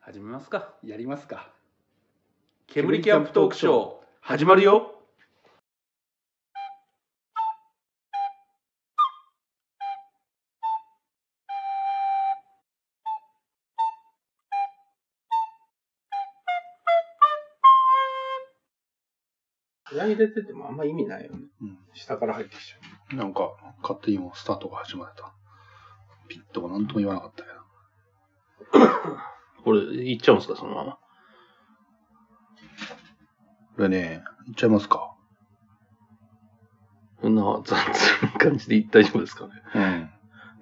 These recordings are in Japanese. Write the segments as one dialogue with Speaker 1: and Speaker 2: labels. Speaker 1: 始めますか
Speaker 2: やりますか
Speaker 1: 煙キャンプトークショー始まるよ
Speaker 3: 上に出ててもあんま意味ないよね。
Speaker 4: うん
Speaker 3: 下から入ってきちゃ
Speaker 4: なんか、勝手にもうスタートが始まった。ピットが何とも言わなかったけど。
Speaker 1: これいっちゃうんすかそのまま
Speaker 4: これね、いっちゃいますか。
Speaker 1: そんな雑な感じでい大丈夫ですかね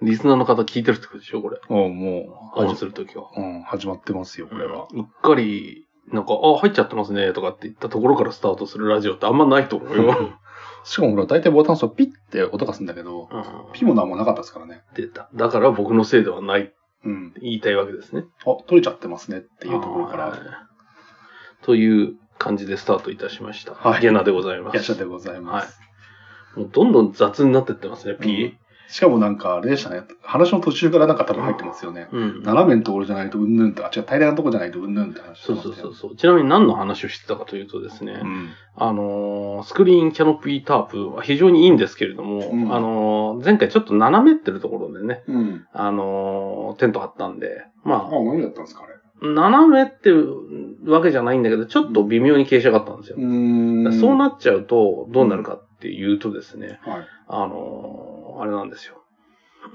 Speaker 4: うん。
Speaker 1: リスナーの方聞いてるってことでしょこれ
Speaker 4: おうもう、
Speaker 1: 味するときは
Speaker 4: うん、始まってますよ、これは。
Speaker 1: うっかりなんか「あ入っちゃってますね」とかって言ったところからスタートするラジオってあんまないと思うよ、
Speaker 4: しかもほら、大体ボタン押すとピッて音がするんだけど、
Speaker 1: うん
Speaker 4: ピもなんもなかったですからね。
Speaker 1: 出ただから僕のせいではないって
Speaker 4: うん。
Speaker 1: 言いたいわけですね
Speaker 4: あ、取れちゃってますねっていうところか
Speaker 1: はい
Speaker 4: ら、
Speaker 1: という感じでスタートいたしました、
Speaker 4: はい
Speaker 1: ゲナでございま
Speaker 4: いらっしゃっ
Speaker 1: す
Speaker 4: てございます。
Speaker 1: もうどんどん雑になってってますね P
Speaker 4: しかもなんか、あれでしたね。話の途中からなんか多分入ってますよね。
Speaker 1: うん
Speaker 4: 斜めのところじゃないとうんぬんと、あ、違う、平らなところじゃないとうんぬんって話して
Speaker 1: そう
Speaker 4: ました
Speaker 1: そ
Speaker 4: よ
Speaker 1: うそうそう。ちなみに何の話をしてたかというとですね、
Speaker 4: うん。
Speaker 1: あのースクリーンキャノピータープは非常にいいんですけれども、
Speaker 4: ん
Speaker 1: あのー前回ちょっと斜めってるところでね、
Speaker 4: うん。
Speaker 1: あのーテント張ったんで、
Speaker 4: あ、
Speaker 1: ま
Speaker 4: 何だったんですか、あれ。
Speaker 1: あ、斜めってわけじゃないんだけど、ちょっと微妙に傾斜があったんですよ。
Speaker 4: ーん
Speaker 1: そうなっちゃうと、どうなるかっていうとですね、
Speaker 4: はい。
Speaker 1: あのーあれなんですよ。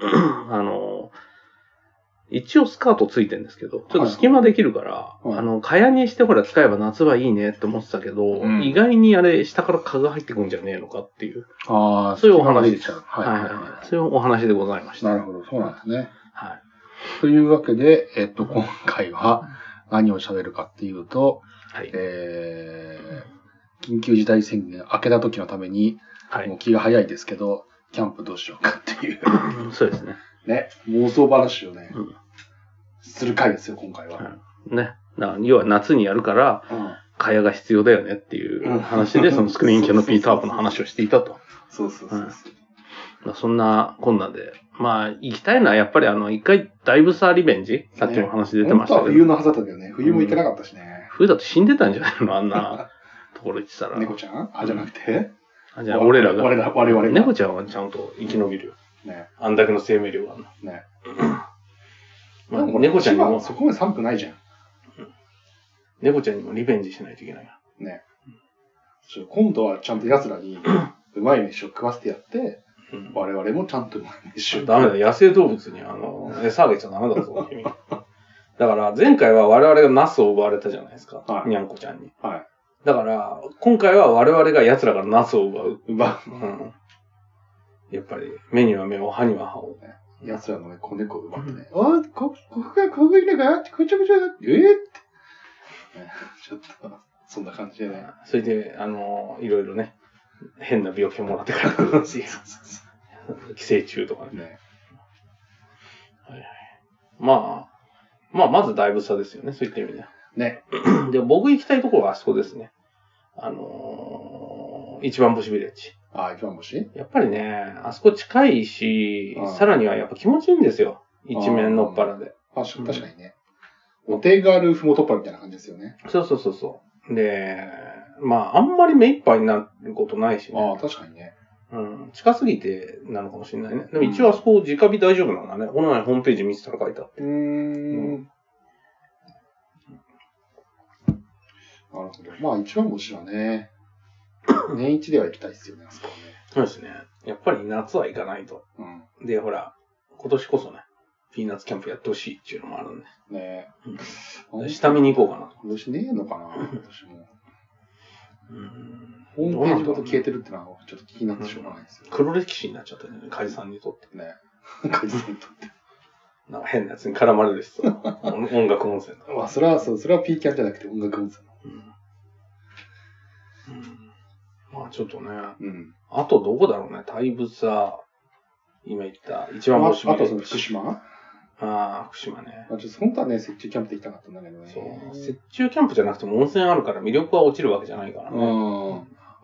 Speaker 1: あのー一応スカートついてんですけど、ちょっと隙間できるから、
Speaker 4: はい
Speaker 1: あの、蚊帳にしてほら使えば夏はいいねって思ってたけど、
Speaker 4: うん
Speaker 1: 意外にあれ下から蚊が入ってくんじゃねえのかっていう、
Speaker 4: ああ、
Speaker 1: そういうお話
Speaker 4: で。
Speaker 1: です
Speaker 4: はい
Speaker 1: は
Speaker 4: はいい
Speaker 1: はい
Speaker 4: は
Speaker 1: そういうお話でございまし
Speaker 4: い。
Speaker 1: た。
Speaker 4: なるほど、そうなんですね。
Speaker 1: はい。
Speaker 4: というわけで、えっと、今回は何を喋るかっていうと、
Speaker 1: はい。
Speaker 4: えー、緊急事態宣言明けた時のために、
Speaker 1: はい
Speaker 4: もう気が早いですけど、キャンプどうしようかっていう、
Speaker 1: うんそうですね。
Speaker 4: ね、妄想話をね、
Speaker 1: うん
Speaker 4: する回ですよ、今回は。
Speaker 1: ね。な要は夏にやるから、
Speaker 4: うん、
Speaker 1: 蚊帳が必要だよねっていう話で、
Speaker 4: うん
Speaker 1: そのスクリーンキャノピータープの話をしていたと。
Speaker 4: そうそうそうそう。
Speaker 1: まあそんなこんなで。まあ、行きたいのはやっぱりあの、一回ダイブサーリベンジさっきも話出てま
Speaker 4: 本
Speaker 1: し
Speaker 4: 当
Speaker 1: た
Speaker 4: は
Speaker 1: けど。
Speaker 4: 冬のはずだったけどね、冬も行けなかったしね。
Speaker 1: 冬だと死んでたんじゃないのあんなところ行ってたら。
Speaker 4: 猫ちゃんあ、じゃなくて、
Speaker 1: あじゃあ俺ら
Speaker 4: 我
Speaker 1: が。
Speaker 4: 々我々が。
Speaker 1: 猫ちゃんはちゃんと生き延びるよ。
Speaker 4: ね。
Speaker 1: あんだけの生命力があるの。
Speaker 4: ね。
Speaker 1: まあ、
Speaker 4: でも
Speaker 1: 猫ちゃんに
Speaker 4: 千葉は
Speaker 1: も、
Speaker 4: そこまで寒くないじゃん。
Speaker 1: 猫ちゃんにもリベンジしないといけないな。
Speaker 4: ね。ちょ今度はちゃんと奴 らに、うまい飯を食わせてやって、
Speaker 1: うん
Speaker 4: 我々もちゃんとうまい飯を。
Speaker 3: ダメだ、野生動物にあの餌あげちゃダメだ ぞ、君。だから前回は我々がナスを奪われたじゃないですか、
Speaker 4: はい
Speaker 3: にゃんこちゃんに。
Speaker 4: は
Speaker 3: だから、今回は我々が奴らからナスを奪う。
Speaker 4: い。うま
Speaker 3: うん。やっぱり、目には目を、歯には歯を。
Speaker 4: い。奴らのね、子猫を奪ってね。あ、こ、ここが、ここがいいのかこちょこちょだえーって。ねちょっと、そんな感じでね。
Speaker 3: それで、あの、いろいろね、変な病気をもらってから 来るし寄生虫とかね。
Speaker 4: ね。
Speaker 3: まあ、まあ、まずだいぶ差ですよね、そういった意味では。
Speaker 4: ね。
Speaker 3: で、僕行きたいところはあそこですね。あのー一番星ビレッジ。
Speaker 4: あ、一番星
Speaker 3: やっぱりね、あそこ近いし
Speaker 4: うん、
Speaker 3: さらにはやっぱ気持ちいいんですよ。一面のっ腹で。
Speaker 4: あ、し確かにね。お手軽ふもとっぱみたいな感じですよね。
Speaker 3: そうそうそうそう。で、まあ、あんまり目いっぱいになることないし
Speaker 4: あ
Speaker 3: ね。
Speaker 4: あ、確かにね。
Speaker 3: うん、近すぎてなのかもしれないね。でも一応あそこ、直火大丈夫なんだね。オンラインホームページ見てたら書いてあった。
Speaker 4: うーん。なるほど。まあ、一番星は ね、年一では行きたいですよね、あそこはね。
Speaker 3: そうですね。やっぱり夏は行かないと。
Speaker 4: うん。
Speaker 3: で、ほら、今年こそね、ピーナッツキャンプやってほしいっていうのもあるん
Speaker 4: ね
Speaker 3: で、下見に行こうかなと。
Speaker 4: 今年ねえのかな、今年も。
Speaker 3: うん
Speaker 4: ホームページごと消えてるってのは、ちょっと気になってしょうがないですよ
Speaker 3: 黒歴史になっちゃったんじゃないカジさんにとって。
Speaker 4: ね。解散とって。
Speaker 3: なんか変なやつに絡まれる しさ、音音楽音声と か。
Speaker 4: まあ、それは、そう、それは P キャンじゃなくて音楽音声。
Speaker 3: うんうんまあちょっとね、
Speaker 4: うん。
Speaker 3: あとどこだろうね、大仏さ、今言った一
Speaker 4: あ
Speaker 3: 番
Speaker 4: あ
Speaker 3: 星
Speaker 4: と、その福島ま
Speaker 3: ああ、福島ね。
Speaker 4: あ、ちょっと本当はね、雪中キャンプで行きたかったんだけどね。
Speaker 3: そう。雪中キャンプじゃなくても温泉あるから魅力は落ちるわけじゃないからね。
Speaker 4: うん。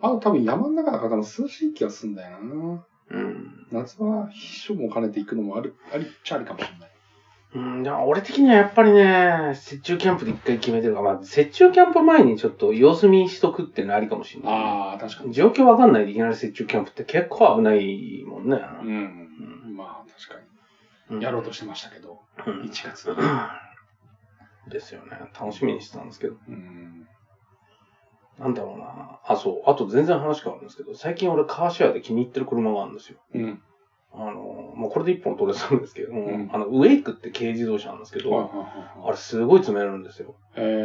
Speaker 4: あと多分山の中だから多分涼しい気がするんだよな。
Speaker 3: うん。
Speaker 4: 夏は秘書も兼ねて行くのもある、ありっちゃありかもしれない。
Speaker 3: うん、でも俺的にはやっぱりね、雪中キャンプで一回決めてるから、まあ、雪中キャンプ前にちょっと様子見しとくっていうのありかもしれな
Speaker 4: ああ、確か
Speaker 3: い。
Speaker 4: に。
Speaker 3: 状況わかんないでいきなり雪中キャンプって結構危ないもんね。
Speaker 4: うん。まあ、確か
Speaker 3: うん
Speaker 4: に。やろうとしてましたけど、
Speaker 3: うん
Speaker 4: 1月。
Speaker 3: ですよね。楽しみにしてたんですけど。
Speaker 4: うん。
Speaker 3: なんだろうな。あ、そう。あと全然話変わるんですけど、最近俺カーシェアで気に入ってる車があるんですよ。
Speaker 4: うん。
Speaker 3: あの、まあ、これで一本取れそうですけども、
Speaker 4: うん
Speaker 3: あの、ウェイクって軽自動車なんですけど、あ
Speaker 4: は
Speaker 3: れすごい詰めるんですよ。
Speaker 4: いはいはい。え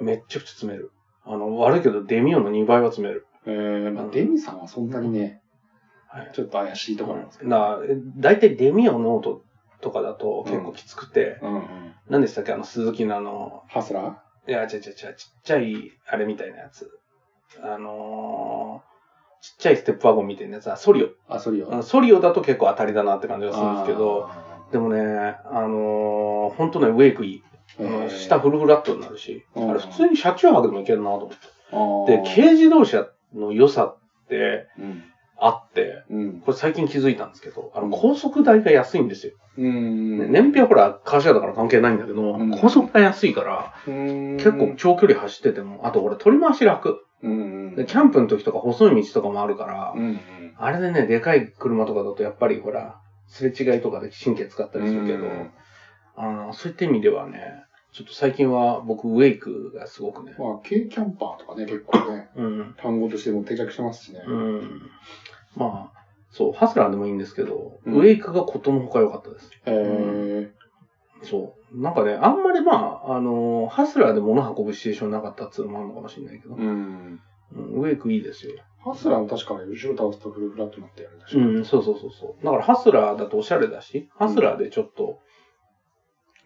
Speaker 4: ー
Speaker 3: めっちゃくちゃ詰める。あの、悪いけどデミオンの2倍は詰める。
Speaker 4: えー、まあ、デミさんはそんなにね、
Speaker 3: はい。
Speaker 4: ちょっと怪しいところなんですけど。
Speaker 3: な、だいたいデミオノートとかだと結構きつくて、
Speaker 4: うんうん。
Speaker 3: 何でしたっけあの、鈴木のあの、
Speaker 4: ハスラ
Speaker 3: いや、ちゃちゃちゃ、ちっちゃい、あれみたいなやつ。あのー、ちっちゃいステップワゴンみたいなやつは、ソリオ。
Speaker 4: ーあ、それよ。
Speaker 3: あのソリオだと結構当たりだなって感じがするんですけど、
Speaker 4: あ
Speaker 3: でもね、あのー、ほんとね、ウェイクいい。
Speaker 4: ー、えー
Speaker 3: 下フルフラットになるし、
Speaker 4: うん
Speaker 3: あれ普通に車中泊でもいけるなと思って。
Speaker 4: あー
Speaker 3: で、軽自動車の良さって
Speaker 4: うん。
Speaker 3: あって、
Speaker 4: うん。
Speaker 3: これ最近気づいたんですけど、あの、高速代が安いんですよ。
Speaker 4: うん
Speaker 3: ね燃費はほら、カーシェアだから関係ないんだけど、
Speaker 4: うん
Speaker 3: 高速が安いから、
Speaker 4: 結
Speaker 3: 結構、長距離走ってても、あと俺取り回し楽。
Speaker 4: うん
Speaker 3: でキャンプの時とか細い道とかもあるから、
Speaker 4: うんうん。
Speaker 3: あれでね、でかい車とかだとやっぱりほら、すれ違いとかで神経使ったりするけど、
Speaker 4: うん
Speaker 3: あのそういった意味ではね、ちょっと最近は僕、ウェイクがすごくね、
Speaker 4: まあ、軽キャンパーとかね、結構ね、
Speaker 3: うん、
Speaker 4: 単語としても定着してますしね。
Speaker 3: うん、まあ、そう、ハスラーでもいいんですけど、
Speaker 4: うん
Speaker 3: ウェイクがことのほか良かったです。
Speaker 4: えー、
Speaker 3: そう。なんかね、あんまりまあ、あのハスラーで物運ぶシチュエーションなかったっつうのもあるのかもしれないけど、
Speaker 4: うん。
Speaker 3: うんウェイクいいですよ。
Speaker 4: ハスラーも確かに後ろ倒すとフルフラットになってやるでしょ。
Speaker 3: うん、そうそうそうそう。だから、ハスラーだとおしゃれだし、ハスラーでちょっと、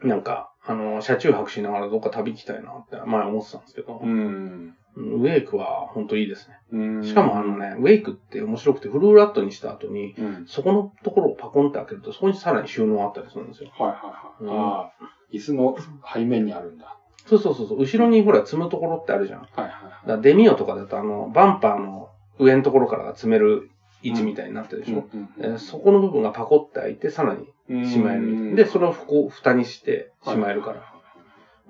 Speaker 3: なんか、あの、車中泊しながらどっか旅行きたいなって前思ってたんですけど、
Speaker 4: ん。
Speaker 3: うんウェイクは本当いいですね。
Speaker 4: うん
Speaker 3: しかもあの、ね、ウェイクって面白くて、フルフラットにした後に、
Speaker 4: うん。
Speaker 3: そこのところをパコンって開けると、そこにさらに収納あったりするんですよ。
Speaker 4: はいはいはい。
Speaker 3: うん
Speaker 4: ああ、椅子の背面にあるんだ。
Speaker 3: そうそうそうそう、後ろにほら積むところってあるじゃん。だか
Speaker 4: はいはいはい。
Speaker 3: らデミオとかだと、あの、バンパーの上のところからが積める位置みたいになってるでしょ。えーそこの部分がパコって開いて、さらにしまえるみたいな。で、それをこう、蓋にしてしまえるから。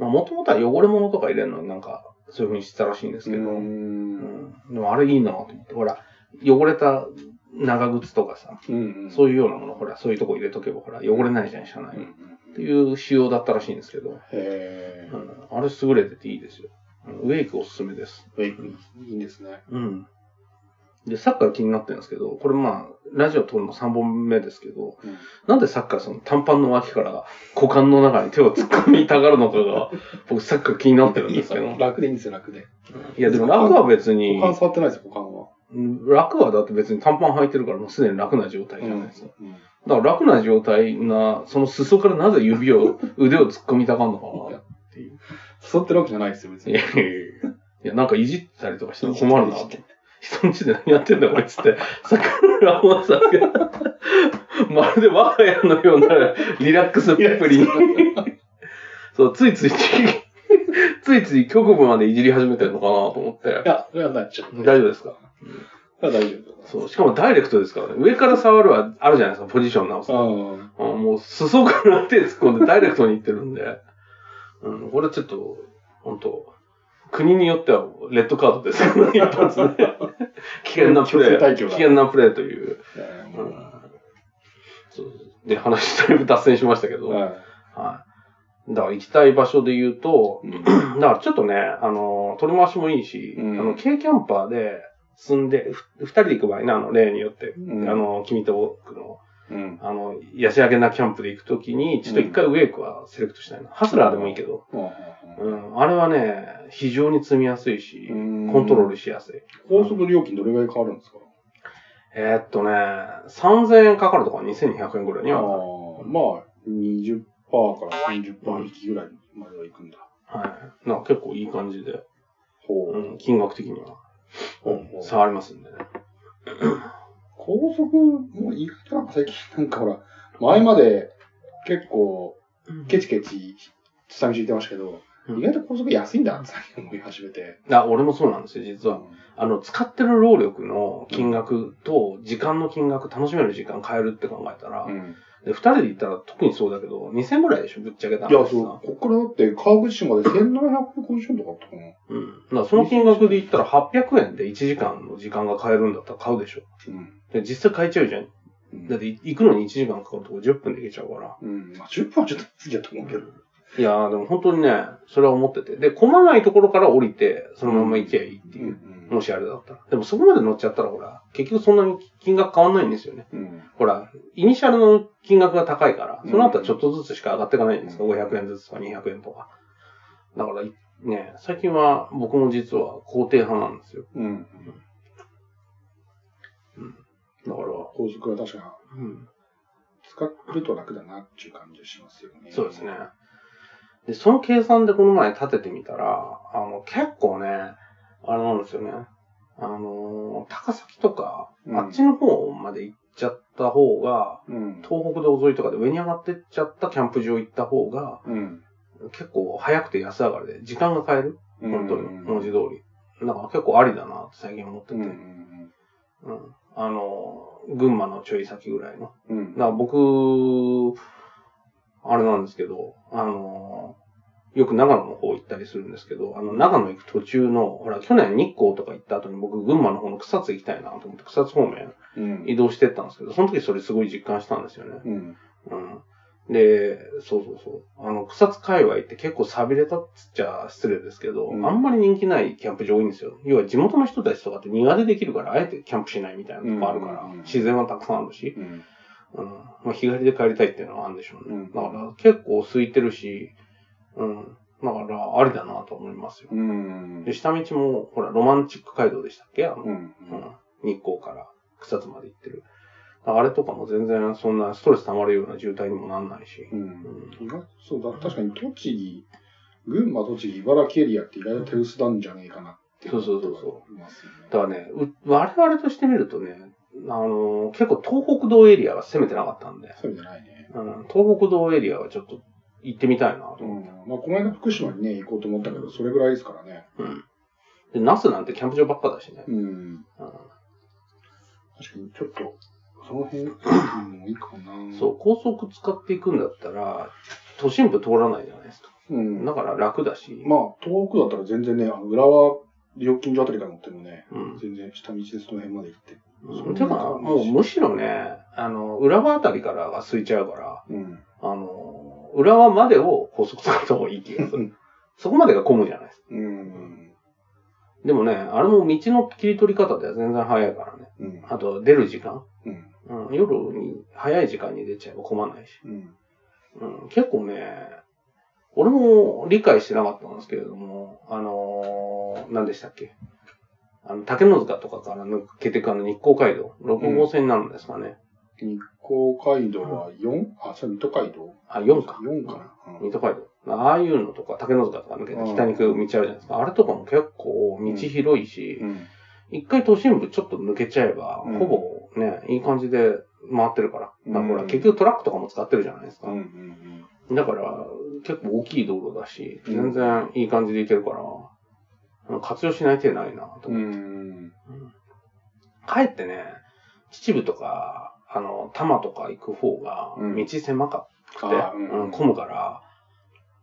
Speaker 3: まあ、もともとは汚れ物とか入れるのになんか、そういう風にしてたらしいんですけど、
Speaker 4: う
Speaker 3: うん
Speaker 4: ん。
Speaker 3: でもあれいいなと思って、ほら、汚れた長靴とかさ、
Speaker 4: うん。
Speaker 3: そう
Speaker 4: い
Speaker 3: いうようなもの、ほら、そういうとこ入れとけば、ほら、汚れないじゃん、車内
Speaker 4: うん。
Speaker 3: に。
Speaker 4: う
Speaker 3: っ
Speaker 4: ん
Speaker 3: ていう仕様だったらしいんですけど、
Speaker 4: へ
Speaker 3: う
Speaker 4: ー
Speaker 3: ん、あれ優れてていいですよ。うんウェイクおすすめです。
Speaker 4: ウェイクいいですね。
Speaker 3: うん。で、サッカー気になってるんですけど、これまあ、ラジオ撮るの3本目ですけど、
Speaker 4: うん
Speaker 3: なんでサッカーその短パンの脇から股間の中に手を突っ込みたがるの かが、僕サッカー気になってるんですけど。
Speaker 4: 楽でいいんですよ、楽で。
Speaker 3: いや、でも楽は別に
Speaker 4: 股、間触ってないですよ、股間は。
Speaker 3: 楽はだって別に短パン履いてるからもうすでに楽な状態じゃないですか。
Speaker 4: うん
Speaker 3: だから楽な状態な、その裾からなぜ指を、腕を突っ込みたがるのかなっていう。
Speaker 4: 誘ってるわけじゃないですよ、別
Speaker 3: い
Speaker 4: に
Speaker 3: や。いやいやいやいや、なんかいじったりとかしたら困るなって。人んちで何やってんだこいつって、桜を思ってたんですけど、 まるで我が家のようなリラックスっぷりに、そう、ついつい、ついつい局部までいじり始めてるのかなと思って
Speaker 4: い。や、それは大丈夫。
Speaker 3: 大丈夫ですか
Speaker 4: 夫。大丈夫。
Speaker 3: そう、しかもダイレクトですからね。上から触るはあるじゃないですか、ポジション直す。
Speaker 4: うん。
Speaker 3: あもう、裾から手突っ込んでダイレクトに行ってるんで、うん、これちょっと、本当国によってはレッドカードですよね、一発ね。危険なプレ
Speaker 4: 強制退
Speaker 3: ー、
Speaker 4: 去
Speaker 3: 危
Speaker 4: が
Speaker 3: 険なプレーという。
Speaker 4: うん
Speaker 3: うんそうで、話だいぶ脱線しましたけど、はい。
Speaker 4: は
Speaker 3: だから行きたい場所で言うと、
Speaker 4: い。
Speaker 3: だからちょっとね、あの、取り回しもいいし、
Speaker 4: うん
Speaker 3: あの、軽キャンパーで住んで、ふ二人で行く場合ね、あの、例によって、
Speaker 4: うん
Speaker 3: あの、君と僕の
Speaker 4: うん。
Speaker 3: あの、やし上げなキャンプで行くときに、ちょっと一回ウェイクはセレクトしたいな。ハスラーでもいいけど。うん。あれはね、非常に積みやすいし、コントロー
Speaker 4: ル。
Speaker 3: ルしやすい。
Speaker 4: 高速料金どれぐらい変わるんですか
Speaker 3: えーっとね、3000円かかるとか2200円ぐらいに
Speaker 4: あ
Speaker 3: は。
Speaker 4: ーまあ、20%から30%引きぐらいまではいくんだ。
Speaker 3: はい。なんか結構いい感じで、
Speaker 4: ほう。
Speaker 3: うん、金額的には、
Speaker 4: ほうほう
Speaker 3: 差ありますんでね。
Speaker 4: 高速も意外となんか最近なんかほら、前まで結構ケチケチ下道行ってましたけど、
Speaker 3: うん
Speaker 4: 意外と高速安いんだって最近思い始めて。
Speaker 3: あ俺もそうなんですよ、実は。あの、使ってる労力の金額と、時間の金額、楽しめる時間変えるって考えたら、
Speaker 4: うん。
Speaker 3: で、二人で行ったら特にそうだけど、2000ぐらいでしょ、ぶっちゃけた
Speaker 4: いや、そう、こっからだって、川口市まで1750円とかあったかな。
Speaker 3: う。うん。だからその金額で言ったら800円で1時間の時間が買えるんだったら買うでしょ。
Speaker 4: うん。
Speaker 3: で、実際買えちゃうじゃん。
Speaker 4: うん
Speaker 3: だって行くのに1時間かかるとこ10分で行けちゃうから。
Speaker 4: うん。まあ、10分はちょっと過ぎだと思うけど。
Speaker 3: いやー、でも本当にね、それは思ってて。で、混まないところから降りて、そのまま行けばいいって
Speaker 4: う
Speaker 3: いう。
Speaker 4: ん。
Speaker 3: もしあれだったら。でもそこまで乗っちゃったらほら、結局そんなに金額変わんないんですよね。
Speaker 4: うん。
Speaker 3: ほら、イニシャルの金額が高いから、
Speaker 4: うん
Speaker 3: その後はちょっとずつしか上がっていかないんですか、
Speaker 4: うん
Speaker 3: 500円ずつとか200円とか。だから、いね、最近は僕も実は肯定派なんですよ。
Speaker 4: うん。
Speaker 3: だから、
Speaker 4: 高速は確か、
Speaker 3: うん、
Speaker 4: 使うと楽だなっていう感じがしますよね。
Speaker 3: そうですね。。で、その計算でこの前立ててみたら、あの、結構ね、あれなんですよね。あのー、高崎とか、
Speaker 4: うん
Speaker 3: あっちの方まで行っちゃった方が、
Speaker 4: うん。
Speaker 3: 東北道沿いとかで上に上がってっちゃったキャンプ場行った方が、
Speaker 4: うん。
Speaker 3: 結構早くて安上がりで、時間が変える本当に、文字
Speaker 4: で。
Speaker 3: 通り。だから結構ありだなって最近思ってて。
Speaker 4: う。
Speaker 3: うん。
Speaker 4: うんん。
Speaker 3: あの、群馬のちょい先ぐらいの。
Speaker 4: うん
Speaker 3: だから僕、あれなんですけど、あの、よく長野の方行ったりするんですけど、あの、長野行く途中の、ほら、去年日光とか行った後に僕、群馬の方の草津行きたいなと思って、草津方面
Speaker 4: うん。
Speaker 3: 移動してったんですけど、その時それすごい実感したんですよね。
Speaker 4: うん。
Speaker 3: うん。で、そうそうそう。あの、草津界隈って結構寂れたっつっちゃ失礼ですけど、
Speaker 4: うん
Speaker 3: あんまり人気ないキャンプ場多いんですよ。要は地元の人たちとかって庭でできるから、あえてキャンプしないみたいなとこあるから、
Speaker 4: うん
Speaker 3: 自然はたくさんあるし、
Speaker 4: うん。
Speaker 3: うん。まあ、日帰りで帰りたいっていうのはあるんでしょうね。
Speaker 4: うん
Speaker 3: だから結構空いてるし、うん。だからありだなと思いますよ。
Speaker 4: うん。
Speaker 3: で、下道も、ほら、ロマンチック街道でしたっけあの、
Speaker 4: うん。
Speaker 3: うん、日光から草津まで行ってる。あれとかも全然そんなストレス溜まるような渋滞にもなんないし。
Speaker 4: うん
Speaker 3: う。ん
Speaker 4: 意外そうだ、確かに栃木、群馬、栃木、茨城エリアって意外と手薄なんじゃねえかなって。。
Speaker 3: そうそうそうそう
Speaker 4: いますよね。
Speaker 3: だからね、う我々としてみるとね、あのー結構東北道エリアが攻めてなかったんで、
Speaker 4: そうじゃないね。
Speaker 3: うん、東北道エリアはちょっと行ってみたいなと
Speaker 4: う
Speaker 3: 思
Speaker 4: ん
Speaker 3: って。。
Speaker 4: まあ、この間福島にね、行こうと思ったけど、それぐらいですからね。
Speaker 3: うん。で、那須なんてキャンプ場ばっかだしね。
Speaker 4: うん。
Speaker 3: う
Speaker 4: 確かに、ちょっと、その辺、もいいか
Speaker 3: ん、
Speaker 4: な。
Speaker 3: そう、高速使っていくんだったら、都心部通らないじゃないですか。
Speaker 4: う。うん。
Speaker 3: だから楽だし、
Speaker 4: まあ、遠くだったら全然ね、あの浦和料金所あたりから乗ってもね、
Speaker 3: うん。
Speaker 4: 全然下道でその辺まで行って。
Speaker 3: うんてか、もうむしろね、あの、浦和あたりからが空いちゃうから、
Speaker 4: うん。
Speaker 3: あの、浦和までを高速使った方がいい気がす
Speaker 4: う
Speaker 3: る
Speaker 4: ん。
Speaker 3: そこまでが混むじゃないですか。
Speaker 4: うん。
Speaker 3: でもね、あれも道の切り取り方では全然早いからね。
Speaker 4: うん。
Speaker 3: あと、出る時間、
Speaker 4: うん。
Speaker 3: うん、夜に、早い時間に出ちゃえば困らないし。
Speaker 4: うん。
Speaker 3: うん、結構ね、俺も理解してなかったんですけれども、あのー、何でしたっけあの、竹の塚とかから抜けてくあの日光街道、6号線になるんですかね。
Speaker 4: 日光街道は 4? あ、それ水戸街道
Speaker 3: あ、4か。
Speaker 4: 4かな。うん
Speaker 3: 水戸街道。ああいうのとか、竹の塚とか抜けて北に行く道あるじゃないですか。あれとかも結構道広いし、
Speaker 4: うん。
Speaker 3: 一回都心部ちょっと抜けちゃえば、
Speaker 4: うん
Speaker 3: ほぼね、いい感じで回ってるから。まあ
Speaker 4: うん
Speaker 3: ほら、結局トラックとかも使ってるじゃないですか
Speaker 4: うん。うん
Speaker 3: だから、結構大きい道路だし、
Speaker 4: うん
Speaker 3: 全然いい感じで行けるから、活用しない手ないなと
Speaker 4: うん。う
Speaker 3: 思って。
Speaker 4: ん。
Speaker 3: かえってね、秩父とか、あの、多摩とか行く方が、
Speaker 4: うん
Speaker 3: 道狭かくて、
Speaker 4: あ、う
Speaker 3: うん
Speaker 4: ん。
Speaker 3: 混むから、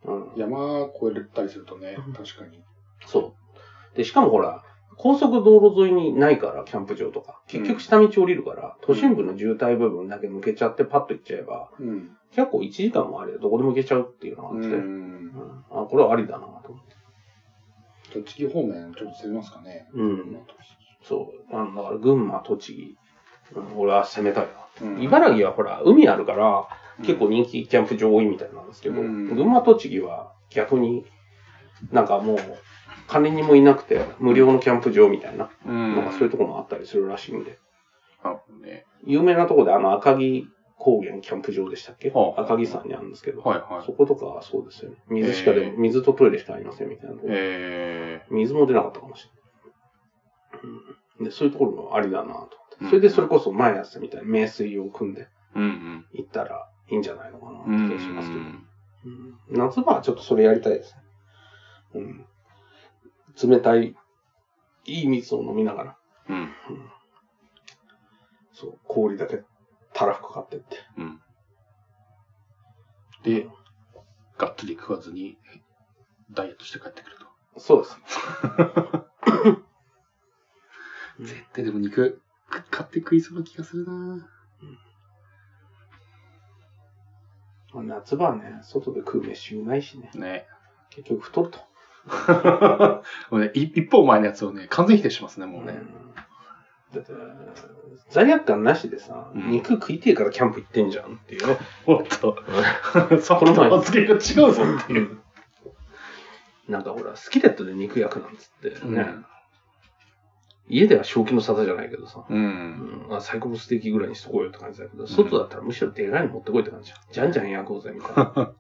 Speaker 3: うん、
Speaker 4: 山越えたりするとね、確かに。
Speaker 3: そう。で、しかもほら、高速道路沿いにないから、キャンプ場とか。結局下道降りるから、
Speaker 4: うん
Speaker 3: 都心部の渋滞部分だけ抜けちゃってパッと行っちゃえば、
Speaker 4: うん。
Speaker 3: 結構1時間もあればどこでも行けちゃうっていうのがあって、う
Speaker 4: うんん。
Speaker 3: あこれはありだなと思って。
Speaker 4: 栃木方面、ちょっと攻めますかね。
Speaker 3: うん。そう。あの、だから群馬、栃木、うん俺は攻めたい
Speaker 4: うん
Speaker 3: な。茨城はほら、海あるから、
Speaker 4: うん
Speaker 3: 結構人気キャンプ場多いみたいなんですけど、
Speaker 4: うん
Speaker 3: 群馬、栃木は逆になんかもう、金にもいなくて、無料のキャンプ場みたいな。
Speaker 4: うん
Speaker 3: なんかそういうとこもあったりするらしいんで。
Speaker 4: なるほどね。
Speaker 3: 有名なとこであの赤城高原キャンプ場でしたっけ、
Speaker 1: はあ
Speaker 3: 赤城山にあるんですけど、
Speaker 4: はいは
Speaker 3: そことかはそうですよね。水しかでも、
Speaker 4: へえ
Speaker 3: 水とトイレしかありませんみたいなとこ、
Speaker 4: い。え
Speaker 3: 水も出なかったかもしれない。うん、でそういうところもありだなと思って
Speaker 1: うん
Speaker 3: それでそれこそ毎朝みたいに名水を組んで
Speaker 1: ーうん
Speaker 3: 行ったらいいんじゃないのかなっ
Speaker 1: う
Speaker 3: て気
Speaker 1: ん。
Speaker 3: がしますけど。
Speaker 1: うん
Speaker 3: うん夏場はちょっとそれやりたいですね。うん、冷たい、いい水を飲みながら。
Speaker 1: うん。
Speaker 3: そう、氷だけたらふくかってって。
Speaker 1: うん
Speaker 4: で、がっつり食わずに、ダイエットして帰ってくると。
Speaker 3: そ うです。うん
Speaker 4: 絶対でも肉、く買って食いそうな気がするな
Speaker 3: 夏場はね、外で食う飯うまいしね。
Speaker 4: ね
Speaker 3: 結局太ると。
Speaker 4: もうねい一方前のやつをね、完全否定しますね、もうね。
Speaker 3: だって、罪悪感なしでさ、
Speaker 4: うん
Speaker 3: 肉食いてえからキャンプ行ってんじゃんっていうね。
Speaker 4: おっと、 さっきと発言が違うぞっていう。
Speaker 3: なんかほら、スキレットで肉焼くなんつって
Speaker 4: う
Speaker 3: ね。
Speaker 4: ん
Speaker 3: 家では正気の沙汰じゃないけどさ。
Speaker 4: う。
Speaker 3: うんん、あ最高のステーキぐらいにしとこうよって感じだけど、外だったらむしろでかいの持ってこいって感じじゃん。じゃんじゃん焼こうぜみたい な。うん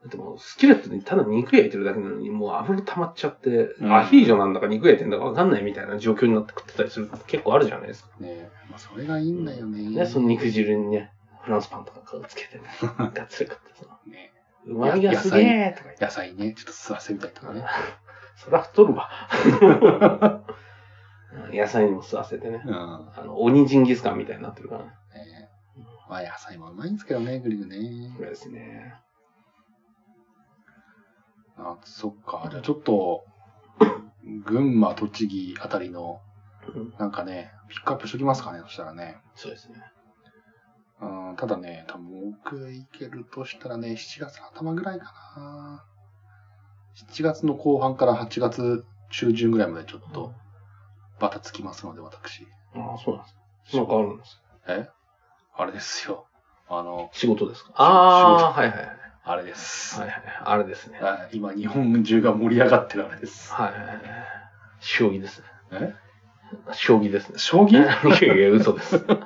Speaker 3: だってもうスキレットにただ肉焼いてるだけなのに、もう油溜まっちゃって、
Speaker 4: うん
Speaker 3: アヒージョなんだか肉焼いてんだかわかんないみたいな状況になって食ってたりすること結構あるじゃないですか。
Speaker 4: ねまあ、それがいいんだよね。
Speaker 3: ね、その肉汁にね、フランスパンとかつけて ね、がっつり食ってさ、
Speaker 4: ね
Speaker 3: うまみがすげえとか言って
Speaker 4: 野菜ね、ちょっと吸わせみたいとかね。
Speaker 3: そら太るわ。うん 野菜にも吸わせてね
Speaker 4: う。ん。ね
Speaker 3: あの、鬼ジンギスカンみたいになってるからね。
Speaker 4: まあ、野菜もうまいんですけどね、グリルね
Speaker 3: こ。れですね。
Speaker 4: あ、そっか。じゃあちょっ と、群馬、栃木あたりの、
Speaker 3: うん
Speaker 4: なんかね、ピックアップしときますかね、そしたらね。
Speaker 3: そうですね。
Speaker 4: うん、ただね、多分僕が行けるとしたらね、7月頭ぐらいかな。7月の後半から8月中旬ぐらいまでちょっと、バタつきますので、私。
Speaker 3: ああ、そうなんです。なんかあるんです。
Speaker 4: えあれですよ。あの、
Speaker 3: 仕事ですか
Speaker 4: あ
Speaker 3: ああ、はいはいはい。
Speaker 4: あれです。
Speaker 3: はいはい。あれですね。はい
Speaker 4: はい今、日本中が盛り上がってるあれです。
Speaker 3: はいはい。将棋ですね。
Speaker 4: え
Speaker 3: 将棋ですね。
Speaker 4: 将
Speaker 3: い
Speaker 4: 棋
Speaker 3: やいや、嘘 です。はい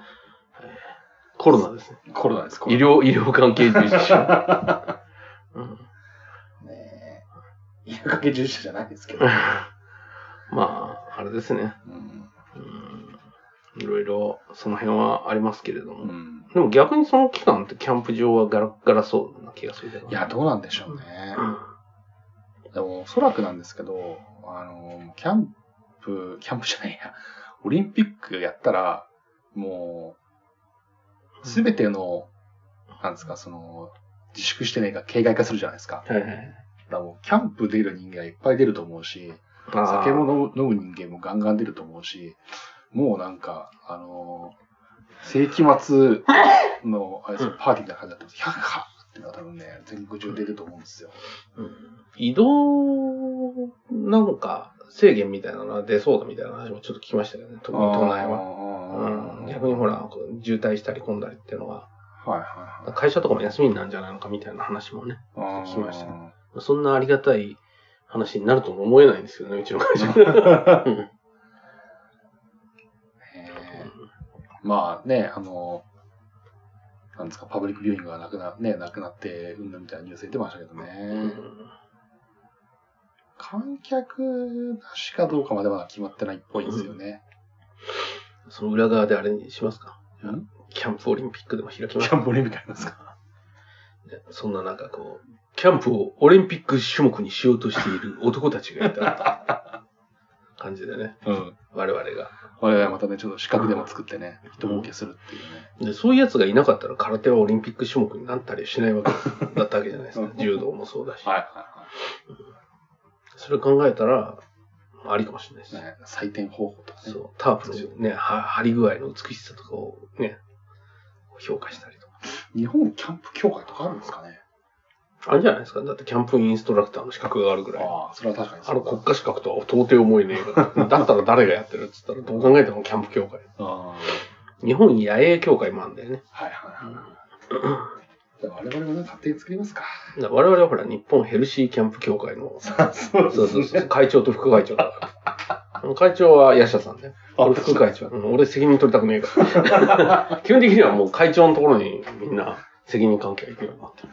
Speaker 3: コロナですね。
Speaker 4: コロナです、コ
Speaker 3: 医
Speaker 4: ロ
Speaker 3: 療、医療関係従事 者。うん
Speaker 4: ナ。ねえ医療関係従事者じゃないですけど。
Speaker 3: まあ、あれですね。
Speaker 4: うん。
Speaker 3: うんいろいろ、その辺はありますけれども。
Speaker 4: うん
Speaker 3: でも逆にその期間ってキャンプ場はガラッガラそうな気がするけど。
Speaker 4: いや、どうなんでしょうね。
Speaker 3: うん、
Speaker 4: でも、おそらくなんですけど、あの、キャンプ、キャンプじゃないや、オリンピックやったら、もう、すべての、なんですか、その、自粛してないか、形骸化するじゃないですか。
Speaker 3: はいはい。
Speaker 4: だからもう、キャンプ出る人間がいっぱい出ると思うし、
Speaker 3: あー
Speaker 4: 酒も飲む飲む人間もガンガン出ると思うし、もうなんか、あの世紀末の、あれですよパーティーみたいな感じだったんですよ。100かっていうのは多分ね、全国中出ると思うんですよ。
Speaker 3: 移動、なんか、制限みたいなのは出そうだみたいな話もちょっと聞きましたけどね、都都内は。
Speaker 4: は
Speaker 3: うん、逆にほら、こう渋滞したり混んだりっていうのは、
Speaker 4: はいはいはい。
Speaker 3: 会社とかも休みになるんじゃないのかみたいな話もね、
Speaker 4: あー
Speaker 3: 聞きましたそんなありがたい話になるとも思えないんですけどね、うちの会社。うん
Speaker 4: えーまあね、あの、なんですか、パブリックビューイングがなくな,、ね、なくなって、うんぬんみたいなニュース出てましたけどね。観客なしかどうかまでまだ決まってないっぽいんですよね。
Speaker 3: その裏側であれにしますか
Speaker 4: ん
Speaker 3: キャンプオリンピックでも開き
Speaker 4: キ
Speaker 3: ます
Speaker 4: ャンプオリンピックありますか
Speaker 3: ねそんな中こう、キャンプをオリンピック種目にしようとしている男たちがいた 感じでね、
Speaker 4: うん。
Speaker 3: 我々が。
Speaker 4: 我々またね、ちょっと資格でも作ってね、人儲けするっていうね。
Speaker 3: で、そういうやつがいなかったら空手はオリンピック種目になったりしないわけだったわけじゃないですか。柔道もそうだし。
Speaker 4: はいは
Speaker 3: それ考えたら、ありかもしれないです。
Speaker 4: ね、採点方法とかね。
Speaker 3: そう、タープのね、は張り具合の美しさとかをね、評価したりとか。
Speaker 4: 日本キャンプ協会とかあるんですかね
Speaker 3: あれじゃないですか。だってキャンプインストラクターの資格があるぐらい。
Speaker 4: ああ、それは確かに
Speaker 3: あ
Speaker 4: そ
Speaker 3: の
Speaker 4: う
Speaker 3: 国家資格とは到底思えねえから。 だったら誰がやってるっつったら、どう考えてもキャンプ協会。
Speaker 4: あー
Speaker 3: 日本野営協会もあるんだよね。
Speaker 4: はいはいはい。じゃあ我々もね、勝手に作りますか。
Speaker 3: だから我々はほら、日本ヘルシーキャンプ協会の、
Speaker 4: そう
Speaker 3: そうそうそう、 会長と副会長だから。 会長はヤシャさんね。俺副会長。うん俺責任取りたくねえから。 基本的にはもう会長のところにみんな責任関係がいくようになってる。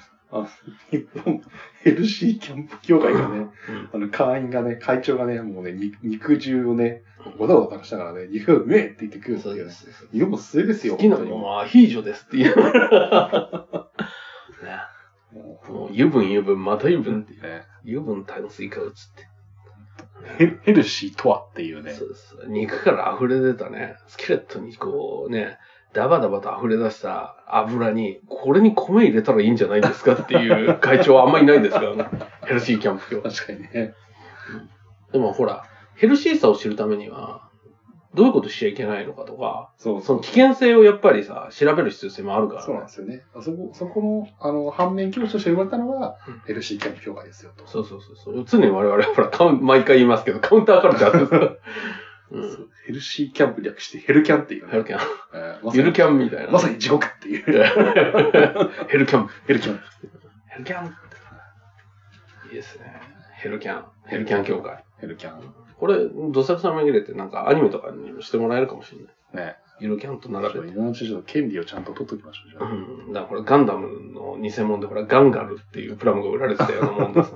Speaker 4: 日本ヘルシーキャンプ協会がね、あの会員がね、会長がね、もうね、肉肉汁をね、ごだごだしたからね、肉がうめえって言ってくるんですよね。
Speaker 3: す。
Speaker 4: 日本も末ですよ、
Speaker 3: 好きな
Speaker 4: 本当
Speaker 3: の
Speaker 4: に
Speaker 3: はアヒージョですっ ていう。ね
Speaker 4: も
Speaker 3: もう油分油分、また油分っていう
Speaker 4: う。ね
Speaker 3: 油分炭水化物って。
Speaker 4: ヘヘルシーとはっていうね。
Speaker 3: そうです。肉から溢れ出たね、スケレットにこうね、ダバダバと溢れ出した油に、これに米入れたらいいんじゃないですかって いう会長はあんまりいないですからね。ヘルシーキャンプ教。
Speaker 4: 確かにね。
Speaker 3: でもほら、ヘルシーさを知るためには、どういうことしちゃいけないのかとか、
Speaker 4: そう
Speaker 3: そ
Speaker 4: そう
Speaker 3: の危険性をやっぱりさ、調べる必要性もあるからね。
Speaker 4: そうなんですよね。そこ、そこの、あの、反面教師として言われたのが
Speaker 3: うん、
Speaker 4: ヘルシーキャンプ協会ですよと。
Speaker 3: そうそうそうそう。常に我々はほら、カウン毎回言いますけど、カウンターカルチャーです から。うん。
Speaker 4: ヘルシーキャンプ略してヘルキャンっていうね、
Speaker 3: ヘルキャン。
Speaker 4: えーまさに
Speaker 3: ゆるキャンみたいな。
Speaker 4: まさに地獄っていう。
Speaker 3: ヘルキャン。
Speaker 4: ヘルキャン。
Speaker 3: ヘルキャン。いいですね。ヘルキャン。ヘルキャン協会。
Speaker 4: ヘルキャン。
Speaker 3: これ、どさくさまぎれて、なんかアニメとかにもしてもらえるかもしれない。
Speaker 4: ね。
Speaker 3: ゆるキャンと並べて。
Speaker 4: いろんな知識の権利をちゃんと取っときましょう。じゃ
Speaker 3: う
Speaker 4: あ
Speaker 3: ん。だからこれ、ガンダムの偽物で、ほら、ガンガルっていうプラモが売られてたようなも んです。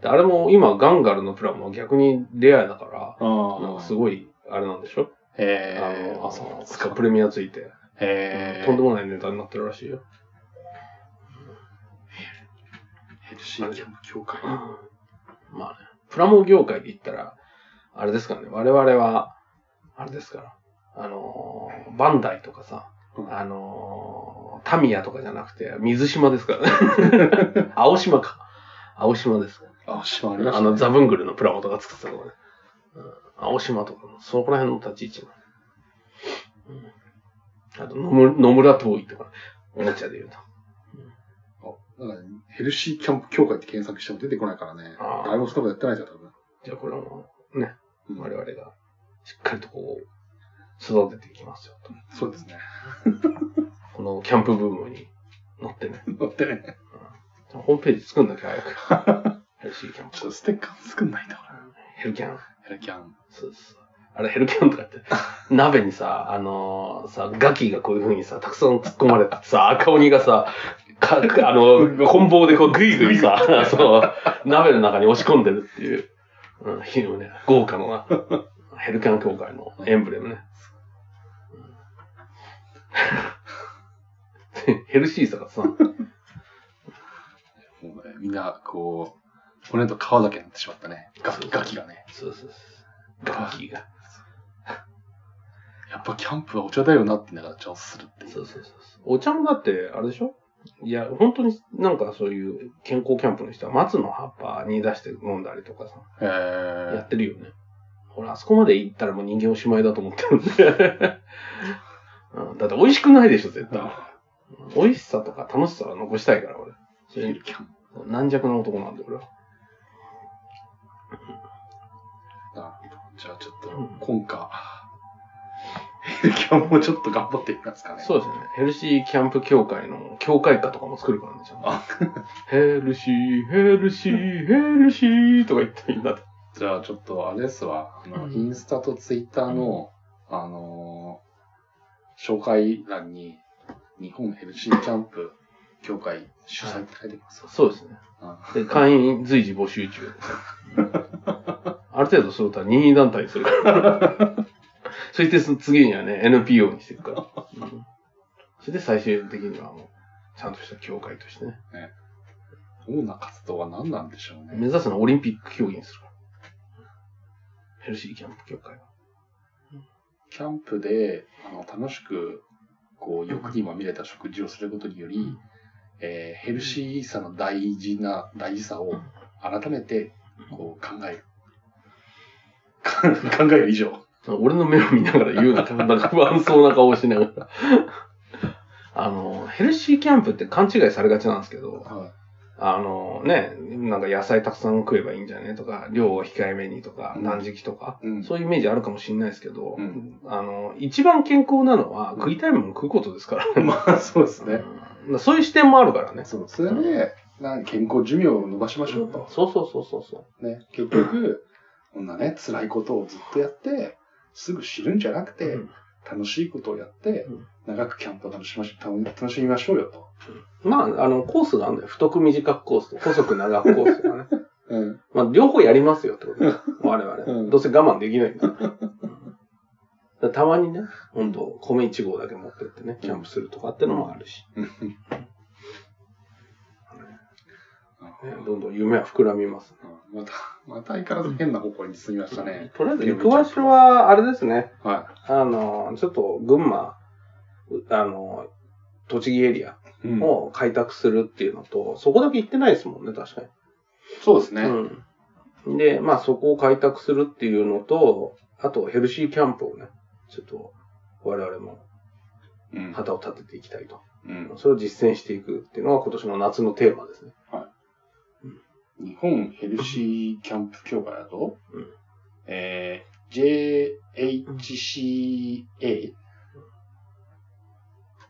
Speaker 3: であれも、今、ガンガルのプラモは逆にレアだか
Speaker 4: あ
Speaker 3: ら、なんかす
Speaker 4: い。
Speaker 3: ごい、あれなんでしょ
Speaker 4: えー、
Speaker 3: あの、そうなんですか。プレミアついて、
Speaker 4: えー、
Speaker 3: とんでもない値段になってるらしいよ。
Speaker 4: ヘルシーキャンプ協会。
Speaker 3: まあね、プラモ業界で言ったら、あれですかね、我々は、あれですから、あのー、バンダイとかさ、
Speaker 4: うん
Speaker 3: あのー、タミヤとかじゃなくて、水島ですから ね。青島か。青島ですからね。
Speaker 4: あ、島あ
Speaker 3: あ
Speaker 4: りました、ね。
Speaker 3: の、ザブングルのプラモとか作ってたとこね。うん青島とかの、そこら辺の立ち位置の、うんあと野村、野村遠いとか、おもちゃで言うと。
Speaker 4: あなんかヘルシーキャンプ協会って検索しても出てこないからね。
Speaker 3: あー
Speaker 4: 誰もそんなことやってないじゃん、多分。
Speaker 3: じゃあこれもね、
Speaker 4: うん
Speaker 3: 我々がしっかりとこう、育てていきますよと。
Speaker 4: そうですね。
Speaker 3: このキャンプブームに乗ってね。
Speaker 4: だってね、
Speaker 3: ホームページ作んなきゃ早く。ヘルシーキャンプ
Speaker 4: ち。ょっとステッカー作んないと。
Speaker 3: ヘルキャン。
Speaker 4: ヘルキャン。
Speaker 3: そうです。あれヘルキャンとかって、鍋にさ、あのーさ、ガキがこういう風にさ、たくさん突っ込まれてさ、赤鬼がさ、か、あの、棍棒でこうグイグイさ、 そう、鍋の中に押し込んでるっていう、うん、非常にね、豪華のな、ヘルキャン協会のエンブレムね。うん ヘルシーさがさ、
Speaker 4: もうね、みんな、こう、骨と皮だけになってしまったね。ガ
Speaker 3: そう
Speaker 4: ガキがね。
Speaker 3: そうそうそう。ガキが。
Speaker 4: やっぱキャンプはお茶だよなって言いながら茶をするっていう。
Speaker 3: そうそうそうそう。お茶もだって、あれでしょいや、本当になんかそういう健康キャンプの人は松の葉っぱに出して飲んだりとかさ、
Speaker 4: へ
Speaker 3: や
Speaker 4: え
Speaker 3: ってるよね。俺、あそこまで行ったらもう人間おしまいだと思ってるん で。うん、だって美味しくないでしょ、絶対。美味しさとか楽しさは残したいから、俺。そ
Speaker 4: ヘ
Speaker 3: れ
Speaker 4: ルキャンプ。
Speaker 3: 軟弱な男なんで、俺は。
Speaker 4: なるほどじゃあちょっと
Speaker 3: うん、
Speaker 4: 今回、ヘルキャンもちょっと頑張っていきますかね。
Speaker 3: そうですね。ヘルシーキャンプ協会の協会歌とかも作るからね、ちゃんと
Speaker 4: あ
Speaker 3: ヘルシー、ヘルシー、ヘルシーとか言ってみんなで。
Speaker 4: じゃあちょっと、あれですわ、あの、
Speaker 3: うん
Speaker 4: インスタとツイッターの、あのー紹介欄に、日本ヘルシーキャンプ協会主催って書いてます。
Speaker 3: そうですね。
Speaker 4: あ
Speaker 3: で、会員随時募集中。ある程度そうたら任意団体にするから。そしてその次にはね、NPO にしていくから。うんそれで最終的にはもう、ちゃんとした協会としてね。
Speaker 4: 主な活動は何なんでしょうね。
Speaker 3: 目指すのはオリンピック競技にするから。ヘルシーキャンプ協会は。
Speaker 4: キャンプで、あの、楽しく、こう、欲にまみれた食事をすることにより、
Speaker 3: うん
Speaker 4: えーヘルシーさの大事な、大事さを改めて、こう、考える。 か考える以上。
Speaker 3: 俺の目を見ながら言うな。なんか不安そうな顔をしながら。あの、ヘルシーキャンプって勘違いされがちなんですけど、あのね、なんか野菜たくさん食えばいいんじゃねとか、量を控えめにとか、
Speaker 4: うん
Speaker 3: 断食とか、
Speaker 4: うん
Speaker 3: そういうイメージあるかもしれないですけど、
Speaker 4: うん
Speaker 3: あの、一番健康なのは食いたいものを食うことですから。
Speaker 4: まあ、そうですね。
Speaker 3: うんそういう視点もあるからね。
Speaker 4: そう、それで、なんか健康寿命を伸ばしましょうと。
Speaker 3: そうそうそうそうそう。
Speaker 4: ね、結局、こんなね、辛いことをずっとやって、すぐ知るんじゃなくて、
Speaker 3: うん
Speaker 4: 楽しいことをやって
Speaker 3: うん、
Speaker 4: 長くキャンプを楽しまし楽楽しみましょうよと。
Speaker 3: まあ、あの、コースがあるんだよ。太く短くコースと、細く長くコースとかね。
Speaker 4: うん。
Speaker 3: まあ、両方やりますよってことね我々、
Speaker 4: うん
Speaker 3: どうせ我慢できないんだから。だからたまにね、本当米1合だけ持ってってね、キャンプするとかってのもあるし。ねどんどん夢は膨らみます。
Speaker 4: また、また相変わらず変な方向に進みましたね。
Speaker 3: とりあえず、行く場所は、あれですね。
Speaker 4: は
Speaker 3: あの、ちょっと、群馬、あの、栃木エリア
Speaker 4: うん
Speaker 3: を開拓するっていうのと、そこだけ行ってないですもんね、確かに。
Speaker 4: そうですね。
Speaker 3: うん。で、まあそこを開拓するっていうのと、あとヘルシーキャンプをね、ちょっと我々も
Speaker 4: うん
Speaker 3: 旗を立てていきたいと。
Speaker 4: うん
Speaker 3: それを実践していくっていうのが今年の夏のテーマですね。
Speaker 4: 日本ヘルシーキャンプ協会だと、
Speaker 3: うん
Speaker 4: えー、JHCA、こ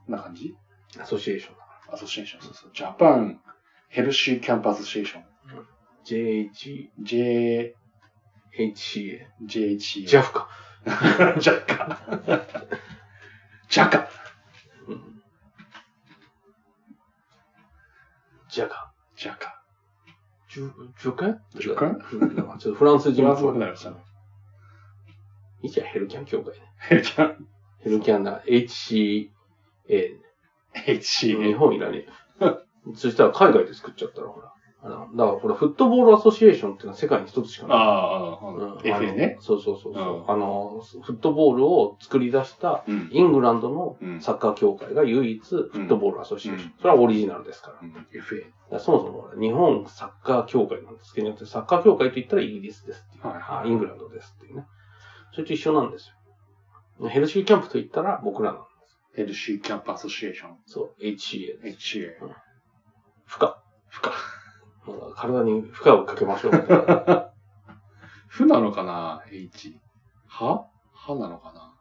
Speaker 4: んな感じ
Speaker 3: アソシエーション。
Speaker 4: アソシエーション、そうそう。ジャパンヘルシーキャンプアソシエーション。
Speaker 3: JHHCA。
Speaker 4: JJHCA。
Speaker 3: JAF か。
Speaker 4: ジャッカ。ジャカ。
Speaker 3: ジャカ。
Speaker 4: ジャカ。
Speaker 3: ジュ、ジュカ
Speaker 4: ジュカ
Speaker 3: うんなんかちょっとフランス
Speaker 4: フ
Speaker 3: 人
Speaker 4: ラ
Speaker 3: っ
Speaker 4: ンス語に
Speaker 3: ぽ。
Speaker 4: ないりましたね。
Speaker 3: いいじゃん、ヘルキャン協会ね。
Speaker 4: ヘルキャン
Speaker 3: ヘルキャンだ。HCA。日
Speaker 4: HCA。
Speaker 3: 本いらねえ。 そしたら海外で作っちゃったら、ほら。あのだからほら、フットボールアソシエーションっていうのは世界に一つしか
Speaker 4: あ
Speaker 3: ない。
Speaker 4: あ、ああ
Speaker 3: うん
Speaker 4: FA ね。。
Speaker 3: あのそうそうそうそうう。あの、フットボールを作り出した
Speaker 4: うん。
Speaker 3: イングランドの
Speaker 4: うん
Speaker 3: サッカー協会が唯一フットボールアソシエーション。
Speaker 4: うん
Speaker 3: それはオリジナルですから。
Speaker 4: うん
Speaker 3: FA。だからそもそもほら日本サッカー協会なんですけど、サッカー協会と言ったらイギリスですっていう。
Speaker 4: はい
Speaker 3: あイングランドですっていうね。それと一緒なんですよ。ヘルシーキャンプと言ったら僕らの、
Speaker 4: ヘルシーキャンプアソシエーション。
Speaker 3: そう、HCA です。
Speaker 4: HCA。
Speaker 3: 負荷。負荷。まあ体に負荷をかけましょうみたいな。
Speaker 4: 負なのかな ?H。ははなのかな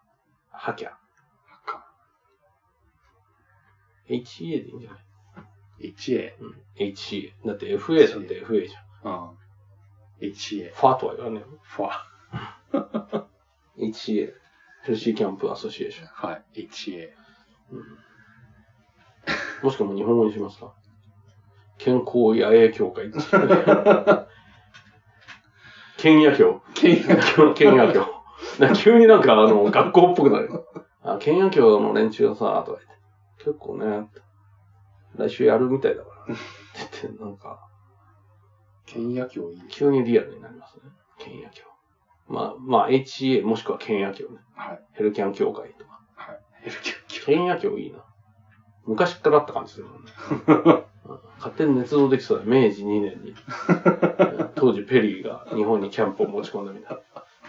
Speaker 3: はきゃ。
Speaker 4: はか。
Speaker 3: HCA でいいんじゃない
Speaker 4: HA。
Speaker 3: うん。HCA。だって FA だって FA じゃん。
Speaker 4: うん。HA。
Speaker 3: ファーとは言わね
Speaker 4: ファ。
Speaker 3: えよ。HCA。ヘルシーキャンプアソシエーション。
Speaker 4: はい。HA。
Speaker 3: もしくはもう日本語にしますか健康野営協会。県野協。
Speaker 4: 県
Speaker 3: 野協。県野協。な急になんかあの、学校っぽくなるよ。あ、県野協の連中がさ、とか言って。結構ね、来週やるみたいだから。って言って、なんか、
Speaker 4: 県野協いい。
Speaker 3: 急にリアルになりますね。県野協。まあ、まあ、HA もしくは県野協ね。
Speaker 4: はい。
Speaker 3: ヘルキャン協会とか。
Speaker 4: ヘルキャン協。
Speaker 3: 県野協いいな。昔からあった感じするも んね。うん勝手に捏造できそうだね明治2年 に。うん当時ペリーが日本にキャンプを持ち込んだみたいな。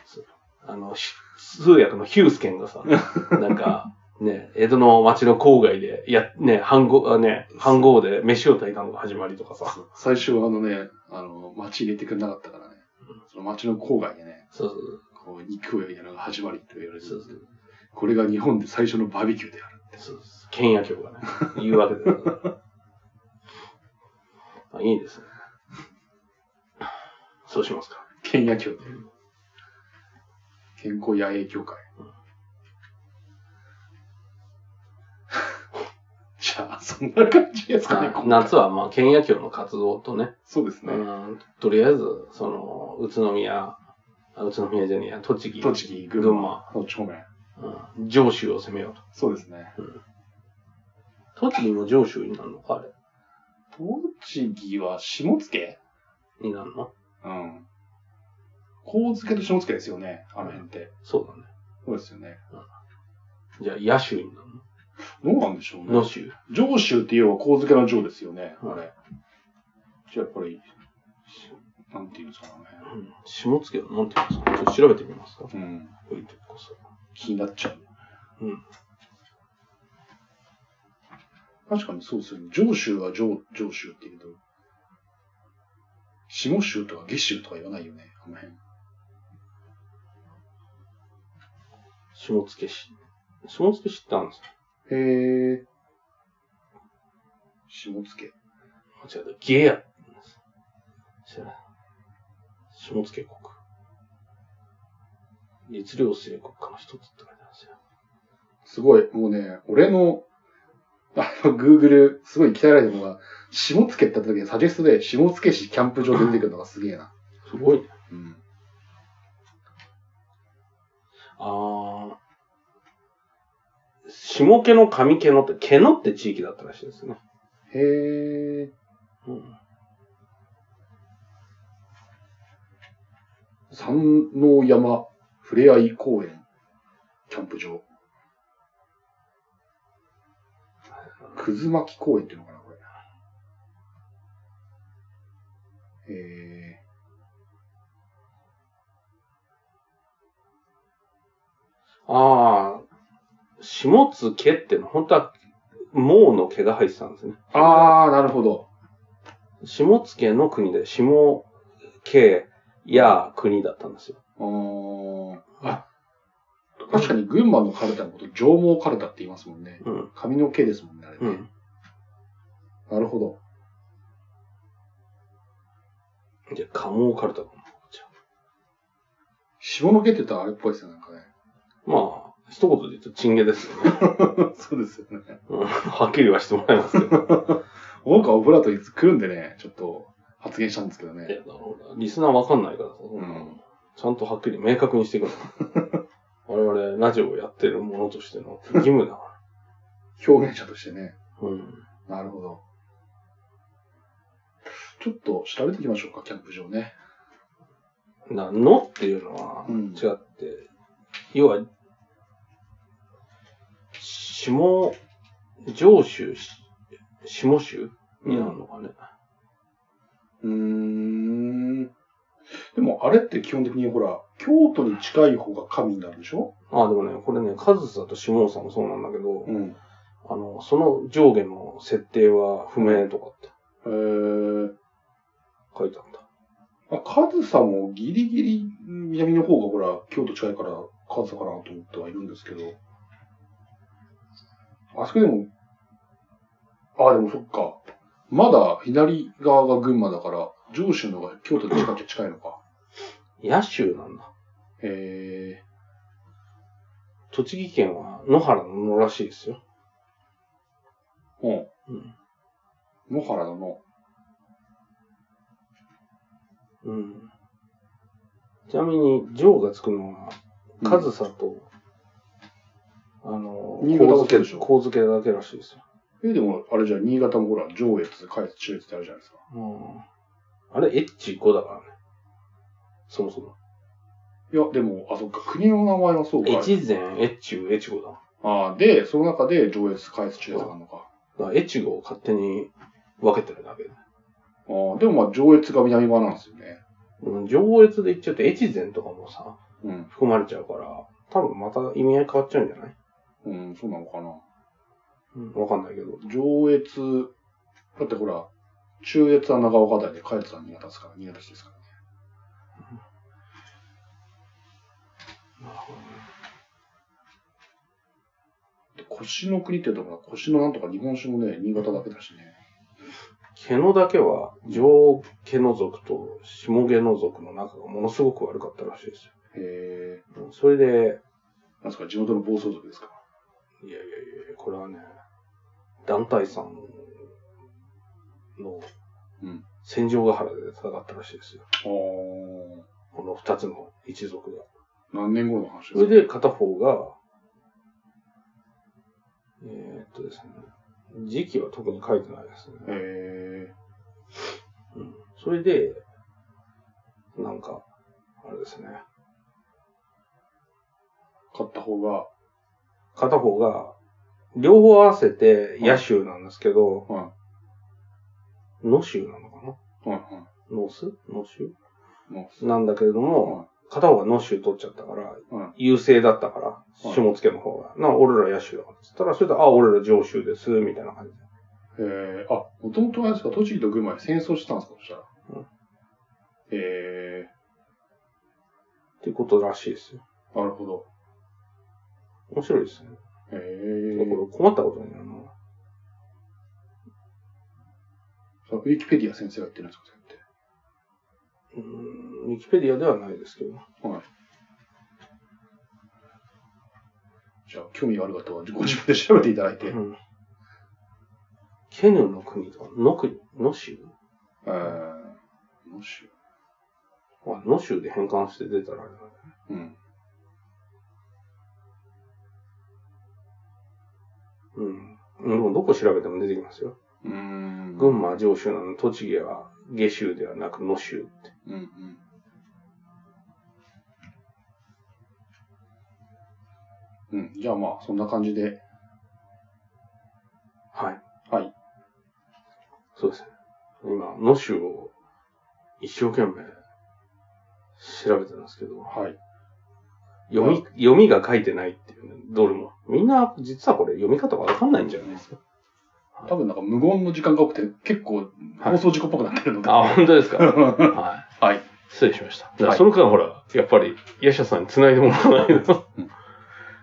Speaker 3: そうあの、し通訳のヒュースケンがさ、なんか、ね、江戸の町の郊外で、や、ね、飯合、あね、飯合で飯を炊いたのが始まりとかさ。そう
Speaker 4: 最初はあのね、あの、町入れてくれなかったからね。その町の郊外でね、
Speaker 3: そう
Speaker 4: こう、肉を焼いたのが始まりと言われて
Speaker 3: そう
Speaker 4: る。これが日本で最初のバーベキューである。
Speaker 3: そうです。剣野局がね、言うわけだ よ。あいいですね。そうしますか。
Speaker 4: 県野協で。健康野営協会。 じゃあ、そんな感じですかね、
Speaker 3: はい
Speaker 4: 今回
Speaker 3: 夏はまあ、剣野協の活動とね、
Speaker 4: そうです
Speaker 3: う
Speaker 4: ね。
Speaker 3: んとりあえず、その、宇都宮、あ宇都宮じゃねえや、栃木、
Speaker 4: 栃木、群
Speaker 3: 群
Speaker 4: 馬
Speaker 3: 馬、
Speaker 4: の正面。
Speaker 3: うん上州を攻めようと。
Speaker 4: そうですね。
Speaker 3: 栃木も上州になるのかあれ
Speaker 4: 栃木は下野
Speaker 3: になるの
Speaker 4: うん。神津家と下野ですよね、あの辺って。
Speaker 3: そうだね。
Speaker 4: そうですよね。
Speaker 3: じゃあ、野州になる
Speaker 4: どうなんでしょうね。
Speaker 3: の野州。
Speaker 4: 上州って要は神漬けの上ですよね、
Speaker 3: うん
Speaker 4: あれ。じゃあこれ、なんていうんですかね。
Speaker 3: うん下野のなんて言うんですかちょっと調べてみますか。
Speaker 4: うん。
Speaker 3: こういうとこそ。
Speaker 4: 気になっちゃう。
Speaker 3: うん。
Speaker 4: 確かにそうですよね。上州は上、上州って言うと、下州とか下州とか言わないよね、あの辺。
Speaker 3: 下野市。下野市ってあるんですか
Speaker 4: へえ。下野
Speaker 3: 間違えた。ゲやって言うんです。知らない。下野国。律令制国家の一つって書いてあるんですよ。
Speaker 4: すごい、もうね、俺の、あの、Google、すごい鍛えられてるのが、下野ってやった時にサジェストで、下野市キャンプ場で出てくるのがすげえな。
Speaker 3: すごいね。
Speaker 4: うん。
Speaker 3: あー。下家の上家のって、家のって地域だったらしいですね。
Speaker 4: へえ。
Speaker 3: うん。
Speaker 4: 山王山ふれあい公園、キャンプ場。くず巻き公園っていうのかな、これ。え
Speaker 3: ああ、下津毛っての、本当は、毛の毛が入ってたんですね。
Speaker 4: ー、あー、なるほど。
Speaker 3: 下津家の国で、下家や国だったんですよ。
Speaker 4: あーあ。確かに群馬のカルタのこと、上毛カルタって言いますもんね。
Speaker 3: うん。
Speaker 4: 髪の毛ですもんね、あれね。
Speaker 3: うん。
Speaker 4: なるほど。
Speaker 3: じゃあ、下毛カルタ。
Speaker 4: 下の毛って言ったらあれっぽいですよ、なんかね。
Speaker 3: まあ、一言で言うと、チンゲです よね。
Speaker 4: そうですよね。
Speaker 3: うんはっきりはしてもらいますけど。
Speaker 4: なんかオブラートに来るんでね、ちょっと発言したんですけど
Speaker 3: いや
Speaker 4: ね。
Speaker 3: なるほどリスナーわかんないからさ、
Speaker 4: ん
Speaker 3: ちゃんとはっきり明確 にしていくの。我々、ラジオをやってるものとしての義務だか
Speaker 4: 表現者としてね。
Speaker 3: ら。うん。
Speaker 4: なるほど。ちょっと調べていきましょうか、キャンプ場ね。
Speaker 3: な、のっていうのは
Speaker 4: うん
Speaker 3: 違って、要は、下、上州、し下州になるのかね。
Speaker 4: うーん。でもあれって基本的にほら、京都に近い方が神になるでしょ
Speaker 3: あ、でもね、これね、カズさんと下さんもそうなんだけど、
Speaker 4: うん。
Speaker 3: あの、その上下の設定は不明とかって
Speaker 4: えー、
Speaker 3: 書いてあった。
Speaker 4: あ、カズサもギリギリ南の方がほら、京都近いからカズサかなと思ってはいるんですけど。あそこでも、あ、でもそっか。まだ左側が群馬だから、上州の方が京都に近いっちゃ近いのか。
Speaker 3: 野州なんだ。
Speaker 4: へえ
Speaker 3: 栃木県は野原の野らしいですよ。
Speaker 4: ー。うん。
Speaker 3: うん。
Speaker 4: 野原だの。
Speaker 3: うん。ちなみに、ジョーがつくのは、カズサと、あの、
Speaker 4: 新潟
Speaker 3: こ
Speaker 4: だけでしょ
Speaker 3: うづけだけらしいですよ。
Speaker 4: え、でも、あれじゃあ、新潟もほら、上越、下越、中越ってあるじゃないですか。
Speaker 3: うん。あれ、エッチ5だからね。そもそも。
Speaker 4: いや、でも、あ、そっか、国の名前はそうか。
Speaker 3: 越前、越中、越後だ。だか
Speaker 4: ああ、で、その中で上越、下越、中越があるのか。
Speaker 3: ら越後を勝手に分けてるだけで。
Speaker 4: ああ、でもまあ、上越が南側なんですよね。
Speaker 3: うん、上越で言っちゃって、越前とかもさ、
Speaker 4: うん。
Speaker 3: 含まれちゃうから、多分また意味合い変わっちゃうんじゃない
Speaker 4: うん、そうなのかな。
Speaker 3: うん、わかんないけど。
Speaker 4: 上越、だってほら、中越は長岡台で、下越は新潟ですから、新潟市ですからね。で、腰の国ってところは、腰のなんとか日本酒もね、新潟だけだしね。
Speaker 3: 毛野だけは、上毛野族と下毛野族の仲がものすごく悪かったらしいです
Speaker 4: へえ、
Speaker 3: よ。それで、
Speaker 4: なんですか、地元の暴走族ですか。
Speaker 3: いやいやいや、これはね、団体さんの
Speaker 4: うん
Speaker 3: 戦場ヶ原で戦ったらしいですよ。
Speaker 4: ああ、
Speaker 3: この二つの一族が。
Speaker 4: 何年後の話です
Speaker 3: そ
Speaker 4: か
Speaker 3: れで片方が、えーっとですね、時期は特に書いてないですね。
Speaker 4: へ
Speaker 3: うんそれで、なんか、あれですね、
Speaker 4: ー、買った方が、
Speaker 3: 片方が、両方合わせて野州なんですけど、
Speaker 4: は、
Speaker 3: 野州なのかない
Speaker 4: はい、は
Speaker 3: ノース野州
Speaker 4: い。も
Speaker 3: なんだけれども、
Speaker 4: は
Speaker 3: 片方が野州取っちゃったから、
Speaker 4: うん
Speaker 3: 優勢だったから、
Speaker 4: い
Speaker 3: 下野の方が。な、俺ら野州だから。つったら、それで、あ、俺ら上州です、みたいな感じで。
Speaker 4: うへえ、あ、もともとあれですか、栃木と群馬で戦争してたんですか、そしたら。
Speaker 3: うん
Speaker 4: へえ、
Speaker 3: っていうことらしいですよ。
Speaker 4: なるほど。
Speaker 3: 面白いですね。
Speaker 4: へ
Speaker 3: だ
Speaker 4: え
Speaker 3: から。困ったことになるな。
Speaker 4: そのウィキペディア先生が言ってるんですか、それって。
Speaker 3: うーん、ウィキペディアではないですけど。
Speaker 4: じゃあ、興味がある方はご自分で調べていただいて。え
Speaker 3: うん。ケヌの国とか、の国、の州
Speaker 4: えもし、
Speaker 3: あ、の州で変換して出たらあれだね。
Speaker 4: うん。
Speaker 3: うん。でもどこ調べても出てきますよ。
Speaker 4: うーん。
Speaker 3: 群馬は上州なのに、栃木は下州ではなく野州。
Speaker 4: うんうん。うん、じゃあまあ、そんな感じで、
Speaker 3: はい。今、ノシュを一生懸命調べてるんですけど、
Speaker 4: はい。
Speaker 3: 読み、読みが書いてないっていうね、どれも。みんな、実はこれ読み方わかんないんじゃないですか。
Speaker 4: 多分なんか無言の時間が多くて、結構放送事故っぽくなってるので。
Speaker 3: あ、本当ですか。
Speaker 4: は
Speaker 3: はい。
Speaker 4: はい。
Speaker 3: 失礼しました。だから
Speaker 4: はい
Speaker 3: その間、ほら、やっぱり、ヤシャさんに繋いでもらわないと。
Speaker 4: うん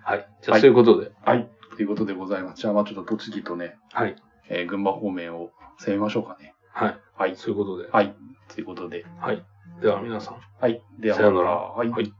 Speaker 3: はい。 じゃ
Speaker 4: は
Speaker 3: あ、
Speaker 4: い
Speaker 3: そういうことで。
Speaker 4: い。 ということでございます。じゃあ、まあちょっと栃木とね、
Speaker 3: はい。
Speaker 4: えー群馬方面を攻めましょうかね。
Speaker 3: はい。
Speaker 4: はい。
Speaker 3: そういうことで。
Speaker 4: はい。ということで。
Speaker 3: はい。では、皆さん。
Speaker 4: はい。では、
Speaker 3: さよなら
Speaker 4: はい
Speaker 3: はい。